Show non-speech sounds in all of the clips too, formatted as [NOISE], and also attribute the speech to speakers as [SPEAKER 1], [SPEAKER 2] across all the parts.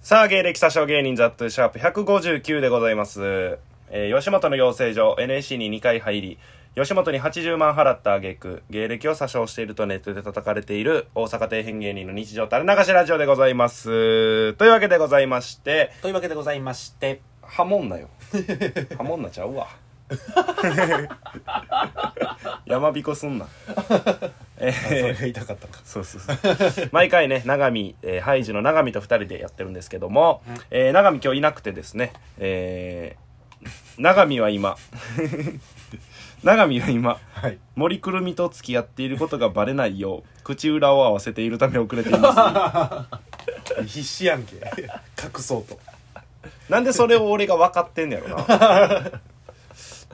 [SPEAKER 1] さあ、芸歴詐称芸人ザットゥシャープ159でございます。えー吉本の養成所 NSC に2回入り、吉本に80万払った挙句、芸歴を詐称しているとネットで叩かれている大阪底辺芸人の日常垂れ流しラジオでございます。というわけでございまして、
[SPEAKER 2] というわけでございまして
[SPEAKER 1] ハモんなよ。ハモんなちゃうわ。 [LAUGHS] 山彦すんな。 [LAUGHS] えー
[SPEAKER 2] それが言いたかったか
[SPEAKER 1] そうそうそう毎回ね永見、えーハイジの永見と2人でやってるんですけども、えー永見今日いなくてですね、えー、永見は今 [LAUGHS] 永見は今
[SPEAKER 2] はい
[SPEAKER 1] 森くるみと付き合っていることがバレないよう口裏を合わせているため遅れていま
[SPEAKER 2] 必死や
[SPEAKER 1] [LAUGHS]
[SPEAKER 2] んけ隠そうと
[SPEAKER 1] すなんでそれを俺が分かってんのやろな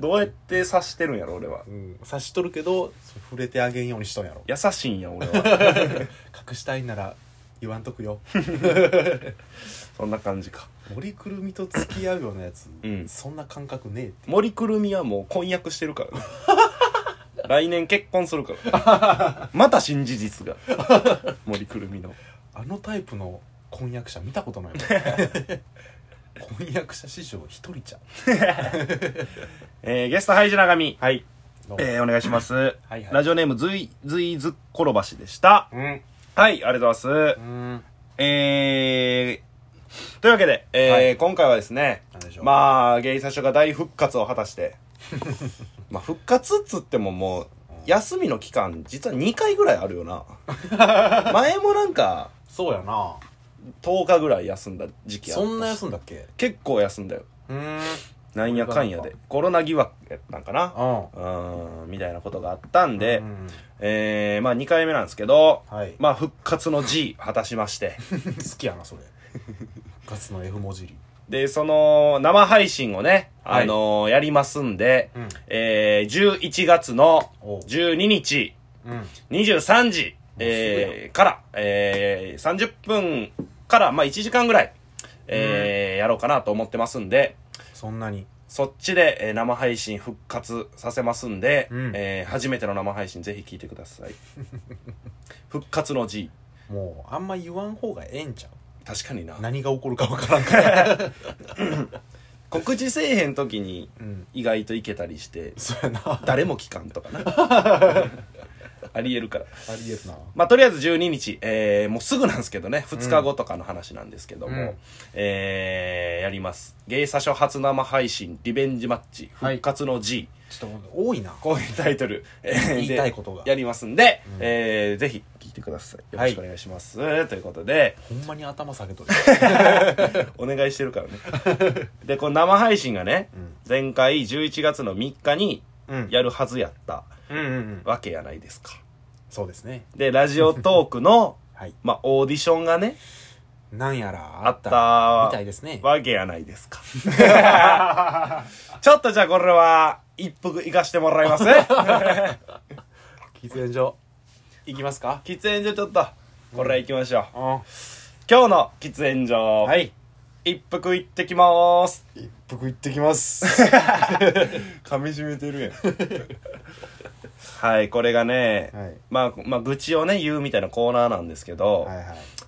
[SPEAKER 1] どうやって察してるんやろ俺は
[SPEAKER 2] うん察しとるけど触れてあげんようにしとんやろ
[SPEAKER 1] 優しいんや俺は
[SPEAKER 2] 隠したいなら言わんと
[SPEAKER 1] [LAUGHS]
[SPEAKER 2] くよ
[SPEAKER 1] そんな感じか
[SPEAKER 2] 森くるみと付き合うようなやつ、
[SPEAKER 1] うん
[SPEAKER 2] そんな感覚ねえって
[SPEAKER 1] 森くるみはもう婚約してるからね [LAUGHS] 来年結婚するから [LAUGHS] また新事 [LAUGHS] 実が森くるみの
[SPEAKER 2] あのタイプの婚約者見たことない
[SPEAKER 1] [LAUGHS]
[SPEAKER 2] もん婚約者師匠一人ちゃ
[SPEAKER 1] えーゲストハイジ長見はい、
[SPEAKER 2] う
[SPEAKER 1] えーお願いします
[SPEAKER 2] はいはい
[SPEAKER 1] ラジオネームずいずいずっころばしでした
[SPEAKER 2] うん
[SPEAKER 1] はいありがとうございます
[SPEAKER 2] うん
[SPEAKER 1] えー、というわけで、えー
[SPEAKER 2] はい
[SPEAKER 1] 今回はですね
[SPEAKER 2] 何でしょう
[SPEAKER 1] まあゲイ最初が大復活を果たして [LAUGHS] まあ復活っつってももう休みの期間実は2回ぐらいあるよ [LAUGHS] な前もなんか
[SPEAKER 2] そうやな
[SPEAKER 1] 10日ぐらい休んだ時期あった
[SPEAKER 2] そ
[SPEAKER 1] し
[SPEAKER 2] んな休んだっけ
[SPEAKER 1] 結構休んだよ
[SPEAKER 2] うん
[SPEAKER 1] なんやかんやでコロナ疑惑やったんかな
[SPEAKER 2] あ
[SPEAKER 1] うーんみたいなことがあったんで、
[SPEAKER 2] うん
[SPEAKER 1] えー、まあ2回目なんですけど、
[SPEAKER 2] はい
[SPEAKER 1] まあ復活の G 果たしまして [LAUGHS]
[SPEAKER 2] 好きやなそれガスの F 文字り
[SPEAKER 1] でその生配信をね、
[SPEAKER 2] はい
[SPEAKER 1] あのーやりますんで、
[SPEAKER 2] うん
[SPEAKER 1] えー、11月の
[SPEAKER 2] おう
[SPEAKER 1] 12日
[SPEAKER 2] うん
[SPEAKER 1] 23時、
[SPEAKER 2] うすぐ
[SPEAKER 1] えー、から、えー、30分から、まあ、1時間ぐらい、えーやろうかなと思ってますんで、
[SPEAKER 2] そんなに
[SPEAKER 1] そっちで、えー生配信復活させますんで、
[SPEAKER 2] うん
[SPEAKER 1] えー初めての生配信ぜひ聞いてくださ
[SPEAKER 2] [LAUGHS]
[SPEAKER 1] い。復活の G。
[SPEAKER 2] もうあんま言わん方がええんちゃう
[SPEAKER 1] 確かにな。
[SPEAKER 2] 何が起こるか分からん [LAUGHS] から、
[SPEAKER 1] 告知せえへん時に
[SPEAKER 2] うん、
[SPEAKER 1] 意外といけたりして、
[SPEAKER 2] そうやなあ
[SPEAKER 1] 誰も聞かんとかな。 [LAUGHS] ありえるから。
[SPEAKER 2] りえるな
[SPEAKER 1] まあ、とりあえず12日、えー、もうすぐなんですけどね、2日後とかの話なんですけども、
[SPEAKER 2] うん
[SPEAKER 1] えー、やります。芸者書初生配信、リベンジマッチ、
[SPEAKER 2] はい
[SPEAKER 1] 復活の G、
[SPEAKER 2] ちょっと多いな
[SPEAKER 1] こういうタイトル、えー
[SPEAKER 2] [LAUGHS] 言い
[SPEAKER 1] で
[SPEAKER 2] たいことが
[SPEAKER 1] やりますんで、
[SPEAKER 2] うん
[SPEAKER 1] えー、ぜひ聞いてください。よ
[SPEAKER 2] は
[SPEAKER 1] ろ
[SPEAKER 2] い
[SPEAKER 1] しくお願いします。ということ
[SPEAKER 2] [LAUGHS]
[SPEAKER 1] で、
[SPEAKER 2] ほんまに頭下げとる
[SPEAKER 1] お願いしてるからね。 [LAUGHS] で、この生配信がね、
[SPEAKER 2] うん
[SPEAKER 1] 前回11月の3日に
[SPEAKER 2] うん
[SPEAKER 1] やるはずやった
[SPEAKER 2] うんうんうん
[SPEAKER 1] わけやないですか。
[SPEAKER 2] そうですね
[SPEAKER 1] で、ラジオトークの、
[SPEAKER 2] [LAUGHS] はい
[SPEAKER 1] まあ、オーディションがね、
[SPEAKER 2] なんやら
[SPEAKER 1] あ
[SPEAKER 2] あ
[SPEAKER 1] っ
[SPEAKER 2] った
[SPEAKER 1] た
[SPEAKER 2] みたいですね
[SPEAKER 1] わけやないです
[SPEAKER 2] [LAUGHS]
[SPEAKER 1] か。ちょっとじゃあこれは、一服いかしてもらい
[SPEAKER 2] [LAUGHS]
[SPEAKER 1] ます
[SPEAKER 2] 喫煙所行きますか
[SPEAKER 1] 喫煙所ちょっと、これは行きましょう。
[SPEAKER 2] うんは
[SPEAKER 1] 今日の喫煙所、
[SPEAKER 2] い
[SPEAKER 1] 一服行ってきまーす。
[SPEAKER 2] 一服行ってきます [LAUGHS]
[SPEAKER 1] 噛み締めてるやん。はい、これがね、
[SPEAKER 2] はい
[SPEAKER 1] まあ、まあ、愚痴をね、言うみたいなコーナーなんですけど、
[SPEAKER 2] はいはい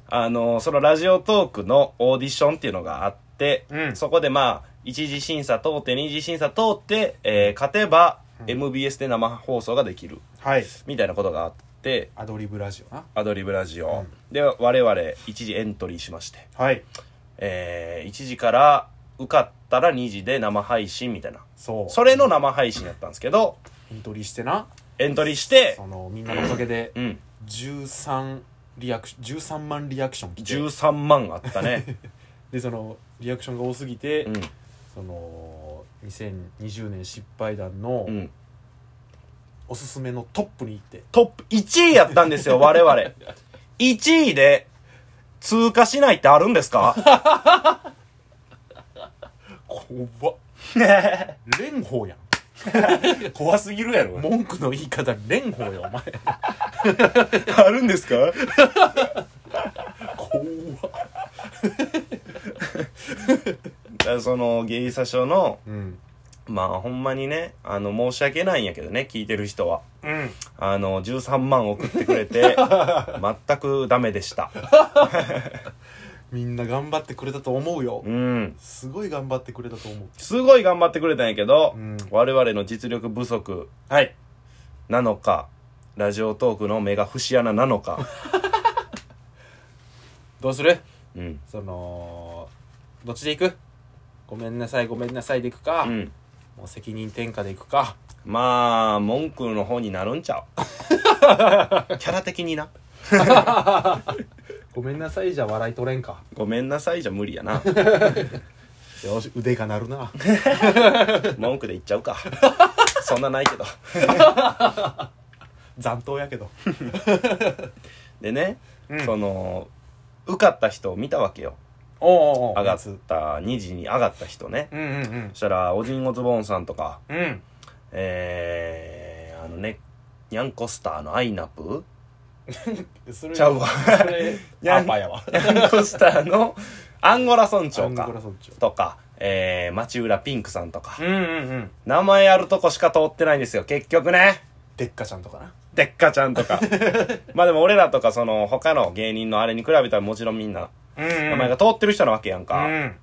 [SPEAKER 1] あの、そのラジオトークのオーディションっていうのがあって、
[SPEAKER 2] うん
[SPEAKER 1] そこでまあ、一次審査通って、二次審査通って、えー勝てば、MBS で生放送ができる。
[SPEAKER 2] はい
[SPEAKER 1] みたいなことがあって、
[SPEAKER 2] アドリブラジオな
[SPEAKER 1] アドリブラジオ。
[SPEAKER 2] うん
[SPEAKER 1] で、我々、一時エントリーしまして、
[SPEAKER 2] はい
[SPEAKER 1] えー、1時から受かったら2時で生配信みたいな。
[SPEAKER 2] そう
[SPEAKER 1] それの生配信やったんですけど、
[SPEAKER 2] エントリーしてな
[SPEAKER 1] エントリーして、
[SPEAKER 2] そのみんなのおかげで
[SPEAKER 1] うん、
[SPEAKER 2] 13リアクション13万リアクション来て
[SPEAKER 1] 13万あった
[SPEAKER 2] [LAUGHS]
[SPEAKER 1] ね。
[SPEAKER 2] でそのリアクションが多すぎて、
[SPEAKER 1] うん、
[SPEAKER 2] その2020年失敗談の
[SPEAKER 1] うん。
[SPEAKER 2] おすすめのトップに行って、
[SPEAKER 1] トップ、1位やったんですよ、我々。1位で、通過しないってあるんですか
[SPEAKER 2] [LAUGHS] 怖っ蓮舫やん
[SPEAKER 1] 怖すぎるやろ。
[SPEAKER 2] 文句の言い方蓮舫よお前
[SPEAKER 1] あるんですか
[SPEAKER 2] [LAUGHS] 怖っ
[SPEAKER 1] その、芸者賞の、
[SPEAKER 2] うん
[SPEAKER 1] まあ、ほんまにね、あの、申し訳ないんやけどね、聞いてる人は。
[SPEAKER 2] うん
[SPEAKER 1] あの、13万送ってくれて、全くダメでした。
[SPEAKER 2] みんな頑張ってくれたと思うよ、
[SPEAKER 1] うん。
[SPEAKER 2] すごい頑張ってくれたと思う
[SPEAKER 1] すごい頑張ってくれたんやけど、
[SPEAKER 2] うん
[SPEAKER 1] 我々の実力不足
[SPEAKER 2] はい
[SPEAKER 1] なのか、ラジオトークの目が節穴なのか。
[SPEAKER 2] どうする
[SPEAKER 1] うん。
[SPEAKER 2] そのどっちで行くごめんなさいごめんなさいで行くか、
[SPEAKER 1] うん。
[SPEAKER 2] もう責任転嫁で行くか
[SPEAKER 1] まあ、文句の方になるんちゃう
[SPEAKER 2] [LAUGHS]
[SPEAKER 1] キャラ的にな。
[SPEAKER 2] ごめんなさいじゃ笑い取れんか
[SPEAKER 1] ごめんなさいじゃ無理や
[SPEAKER 2] [LAUGHS]
[SPEAKER 1] な。
[SPEAKER 2] よし腕が鳴る [LAUGHS] な
[SPEAKER 1] 文句で言っちゃうか。そんなないけど。
[SPEAKER 2] 残党やけど
[SPEAKER 1] でね、
[SPEAKER 2] うん
[SPEAKER 1] その、受かった人を見たわけよ。
[SPEAKER 2] おうおうおう
[SPEAKER 1] 上がった、2時に上がった人ね。
[SPEAKER 2] うんうんうん
[SPEAKER 1] そしたら、おじんごズボンさんとか、
[SPEAKER 2] うん
[SPEAKER 1] えー、あのね、にゃんこスターのアイナプ
[SPEAKER 2] それ
[SPEAKER 1] ちゃうわ
[SPEAKER 2] それ
[SPEAKER 1] にゃん
[SPEAKER 2] アンパ [LAUGHS] やわ
[SPEAKER 1] ーにゃんこスターのアンゴラ村長
[SPEAKER 2] アンゴラ
[SPEAKER 1] か。
[SPEAKER 2] 村長
[SPEAKER 1] とか、えー、町浦ピンクさんとか。
[SPEAKER 2] うんうんうん
[SPEAKER 1] 名前あるとこしか通ってないんですよ、結局ね。
[SPEAKER 2] でっかちゃんとかな
[SPEAKER 1] でっかちゃんと [LAUGHS] か。まあでも俺らとかその他の芸人のあれに比べたらもちろんみんな
[SPEAKER 2] うん
[SPEAKER 1] 名前が通ってる人なわけやんか。
[SPEAKER 2] うん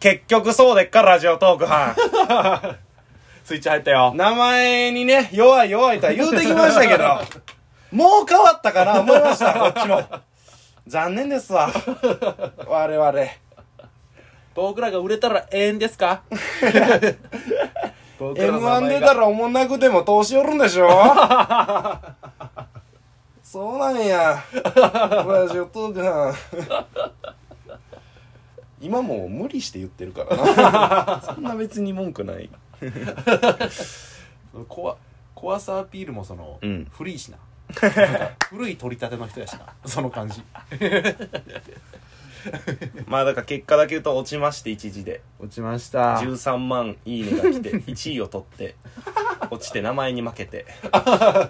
[SPEAKER 1] 結局そうでっか、ラジオトーク班。
[SPEAKER 2] スイッチ入ったよ
[SPEAKER 1] 名前にね、弱い弱いとは言うてきましたけ [LAUGHS] ど、もう変わったかな思いました、こっちも。残念ですわ。我々。
[SPEAKER 2] 僕らが売れたらええんですか僕らの名
[SPEAKER 1] M1
[SPEAKER 2] 前
[SPEAKER 1] 出
[SPEAKER 2] が
[SPEAKER 1] たらおもんなくても投資寄るんでし [LAUGHS] ょそうなんや。ラジオトークは今もう無理して言ってる [LAUGHS] からな。そんな別に文句ない。
[SPEAKER 2] 怖怖さアピールもその、
[SPEAKER 1] うん
[SPEAKER 2] 古いし [LAUGHS] ななんか古い取り立ての人やしなその感じ
[SPEAKER 1] まあだから結果だけ言うと落ちまして一時で。
[SPEAKER 2] 落ちました
[SPEAKER 1] 13万いいねが来て1位を取って落ちて名前に負けて [LAUGHS]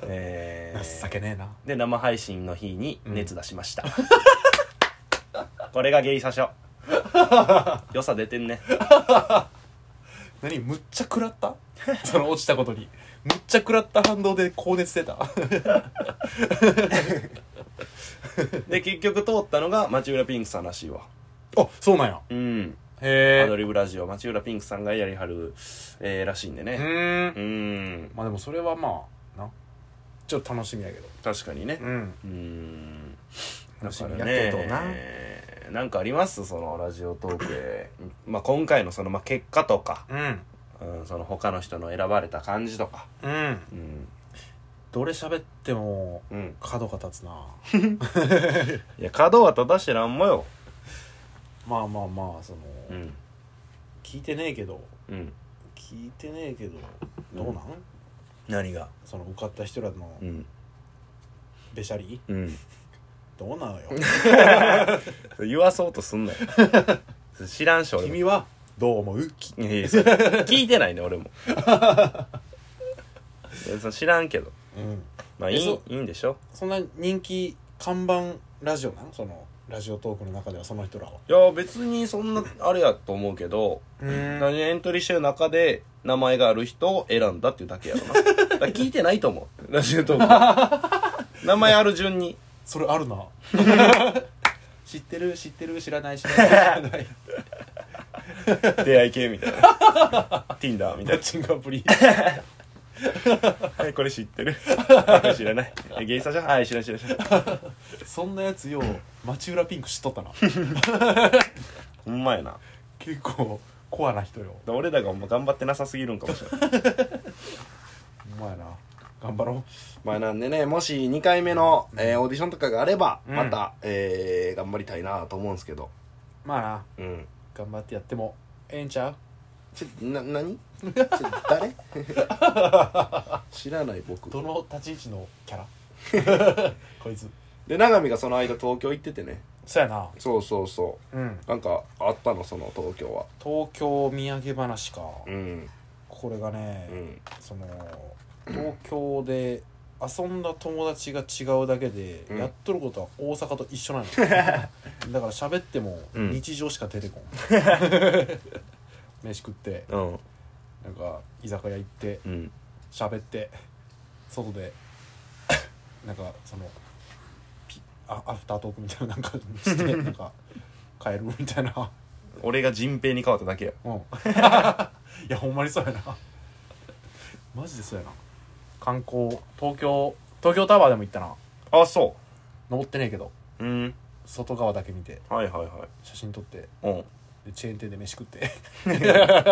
[SPEAKER 1] えー
[SPEAKER 2] 情けねえな
[SPEAKER 1] で生配信の日に熱出しました、 [LAUGHS] これがゲイサショ [LAUGHS] 良さ出てんね
[SPEAKER 2] 何むっちゃ食らった [LAUGHS] その落ちたことにむっちゃ食らった反動で高熱出た [LAUGHS]
[SPEAKER 1] で結局通ったのが町浦ピンクさんらしいわ
[SPEAKER 2] あそうなんや
[SPEAKER 1] うんアド
[SPEAKER 2] へ
[SPEAKER 1] リブラジオ町浦ピンクさんがやりはる、えーらしいんで
[SPEAKER 2] えう
[SPEAKER 1] ね
[SPEAKER 2] ー
[SPEAKER 1] うん
[SPEAKER 2] んまあでもそれはまあなちょっと楽しみやけど
[SPEAKER 1] 確かにね
[SPEAKER 2] うん
[SPEAKER 1] うーんだ
[SPEAKER 2] 楽し
[SPEAKER 1] か
[SPEAKER 2] み
[SPEAKER 1] ら
[SPEAKER 2] やけどな、
[SPEAKER 1] ねなんかありますそのラジオトークで、まあ、今回のその、まあ、結果とか、うん、その他の人の選ばれた感じとか
[SPEAKER 2] うんうん
[SPEAKER 1] うん、
[SPEAKER 2] どれ喋っても
[SPEAKER 1] うん、
[SPEAKER 2] 角が立つな
[SPEAKER 1] いや角は正してなんもよ
[SPEAKER 2] まあまあまあその、
[SPEAKER 1] うん
[SPEAKER 2] 聞いてねえけど
[SPEAKER 1] うん
[SPEAKER 2] 聞いてねえけどどうなん、
[SPEAKER 1] 何が
[SPEAKER 2] その受かった人らの
[SPEAKER 1] うん
[SPEAKER 2] べしゃり
[SPEAKER 1] うん
[SPEAKER 2] どうな [LAUGHS] のよ
[SPEAKER 1] 言わそうとすんなよ [LAUGHS] 知らんし俺も
[SPEAKER 2] 君はどう思うき
[SPEAKER 1] いやいやそれ聞いてないね俺も [LAUGHS] いやその知らんけど
[SPEAKER 2] うん
[SPEAKER 1] まあい
[SPEAKER 2] え
[SPEAKER 1] い
[SPEAKER 2] そ
[SPEAKER 1] いいんでしょ
[SPEAKER 2] そんな人気看板ラジオなんそのラジオトークの中ではその人らはい
[SPEAKER 1] や別にそんなあれやと思うけど
[SPEAKER 2] うん
[SPEAKER 1] 何エントリーしてる中で名前がある人を選んだっていうだけやろなだから聞いてないと思うラジオトーク名前ある順に
[SPEAKER 2] それあるな [LAUGHS] 知ってる知ってる知らない知らない知らない [LAUGHS]
[SPEAKER 1] 出会い系みたいな Tinder み
[SPEAKER 2] マ
[SPEAKER 1] たい [LAUGHS]
[SPEAKER 2] ッチングアプリ
[SPEAKER 1] な、はい、これ知って [LAUGHS] るこれ知らないえゲイサじゃんはい知らん知らん知らん
[SPEAKER 2] そんなやつよう町浦ピンク知っと [LAUGHS] ったな
[SPEAKER 1] ほんまやな
[SPEAKER 2] 結構コアな人よ
[SPEAKER 1] 俺らがもう頑張ってなさすぎるんかもしれない
[SPEAKER 2] お前な頑張ろ
[SPEAKER 1] まあなんでねもし2回目の、えーオーディションとかがあれば
[SPEAKER 2] うん
[SPEAKER 1] また、えー頑張りたいなと思うんですけど
[SPEAKER 2] うまあな
[SPEAKER 1] うん
[SPEAKER 2] 頑張ってやってもええんちゃう
[SPEAKER 1] ちょな何ちょ [LAUGHS] 誰知らない僕
[SPEAKER 2] どの立ち位置のキャラ [LAUGHS] こいつ
[SPEAKER 1] で永見がその間東京行っててね
[SPEAKER 2] そやな
[SPEAKER 1] そうそうそ
[SPEAKER 2] うん
[SPEAKER 1] うなんかあったのその東京は
[SPEAKER 2] 東京土産話か
[SPEAKER 1] うん
[SPEAKER 2] これがね、
[SPEAKER 1] うん
[SPEAKER 2] その東京で遊んだ友達が違うだけで、
[SPEAKER 1] うん
[SPEAKER 2] やっとることは大阪と一緒なの
[SPEAKER 1] [LAUGHS]
[SPEAKER 2] だから喋っても
[SPEAKER 1] うん
[SPEAKER 2] 日常しか出て
[SPEAKER 1] [LAUGHS]
[SPEAKER 2] こん、飯食って
[SPEAKER 1] うん
[SPEAKER 2] なんか居酒屋行って
[SPEAKER 1] うん
[SPEAKER 2] [COUGHS] 喋って外でなんかそのピあアフタートークみたいななんかし
[SPEAKER 1] [LAUGHS]
[SPEAKER 2] てなんか帰るみたいな
[SPEAKER 1] 俺が人平に変わっただけや
[SPEAKER 2] うん [LAUGHS] いやほんまにそうやな [LAUGHS] マジでそうやな観光東京東京タワーでも行ったな
[SPEAKER 1] あそ
[SPEAKER 2] 登ってねえけど
[SPEAKER 1] ううん
[SPEAKER 2] 外側だけ見て
[SPEAKER 1] はいはいは
[SPEAKER 2] 写真撮って
[SPEAKER 1] いうん
[SPEAKER 2] でチェーン店で飯食って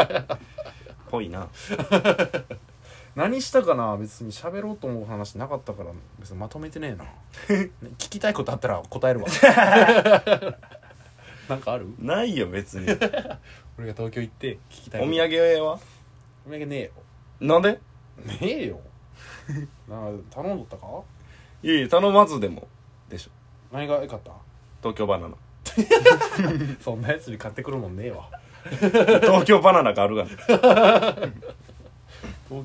[SPEAKER 2] [LAUGHS]
[SPEAKER 1] ぽいな
[SPEAKER 2] 何したかな別に喋ろうと思う話なかったから別にまとめてねえなね
[SPEAKER 1] [LAUGHS]
[SPEAKER 2] 聞きたいことあったら答えるわなんかある
[SPEAKER 1] ないよ別 [LAUGHS] に
[SPEAKER 2] 俺が東京行って聞きたい
[SPEAKER 1] お
[SPEAKER 2] こと
[SPEAKER 1] 土産は
[SPEAKER 2] お土産ねえよ
[SPEAKER 1] なんで
[SPEAKER 2] ねえ
[SPEAKER 1] [LAUGHS]
[SPEAKER 2] よなんか頼んどったか
[SPEAKER 1] いやいや頼まずでもでしょ
[SPEAKER 2] 何が良かった [LAUGHS]
[SPEAKER 1] 東京バナナ [LAUGHS]
[SPEAKER 2] そんなやつに買ってくるもんねえわ
[SPEAKER 1] 東京バナナがあるがな
[SPEAKER 2] 東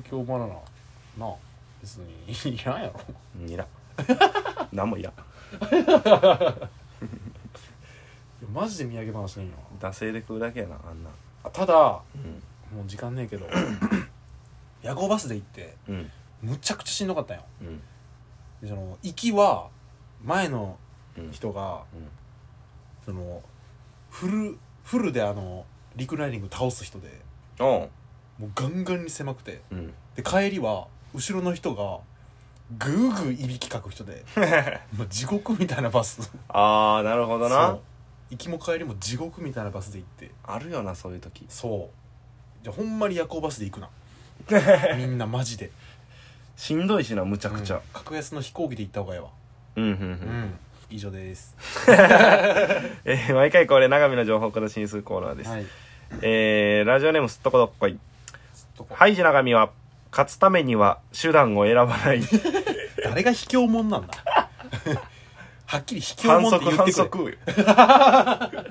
[SPEAKER 2] 京バナナなあ別に [LAUGHS] いらんやろ
[SPEAKER 1] うんいらん何もいらん
[SPEAKER 2] マジで土産話ねえよ
[SPEAKER 1] 惰性で食うだけやなあんな
[SPEAKER 2] あただ
[SPEAKER 1] うん
[SPEAKER 2] もう時間ねえ [CLEARS THROAT] けど夜行バスで行って
[SPEAKER 1] うん
[SPEAKER 2] むちゃくちゃしんどかったんよ
[SPEAKER 1] うん
[SPEAKER 2] でその行きは前の
[SPEAKER 1] うん
[SPEAKER 2] 人が
[SPEAKER 1] うん
[SPEAKER 2] そのフルフルであのリクライニング倒す人で
[SPEAKER 1] おう
[SPEAKER 2] もうガンガンに狭くて
[SPEAKER 1] うん
[SPEAKER 2] で帰りは後ろの人がぐーぐーいびきかく人 [LAUGHS] でまあ地獄みたいなバス
[SPEAKER 1] ああなるほど
[SPEAKER 2] そ
[SPEAKER 1] な
[SPEAKER 2] う行きも帰りも地獄みたいなバスで行って
[SPEAKER 1] あるよなそういう時
[SPEAKER 2] そうじゃあほんまに夜行バスで行くな
[SPEAKER 1] [LAUGHS]
[SPEAKER 2] みんなマジで
[SPEAKER 1] しんどいしなむちゃくち
[SPEAKER 2] うん
[SPEAKER 1] ゃ、
[SPEAKER 2] 格安の飛行機で行った方がええわ
[SPEAKER 1] うん、うんうん
[SPEAKER 2] うん以上です
[SPEAKER 1] えー毎回これ長見の情報から進数コーナーです、
[SPEAKER 2] はい
[SPEAKER 1] えーラジオネームすっとこどっこい
[SPEAKER 2] ちょっとこう
[SPEAKER 1] ハイジ長見は勝つためには手段を選ばない [LAUGHS]
[SPEAKER 2] 誰が卑怯者なんだ [LAUGHS] はっきり卑怯
[SPEAKER 1] 反
[SPEAKER 2] 者っ
[SPEAKER 1] 則
[SPEAKER 2] て言っ
[SPEAKER 1] 反
[SPEAKER 2] て
[SPEAKER 1] 則
[SPEAKER 2] くれ
[SPEAKER 1] よ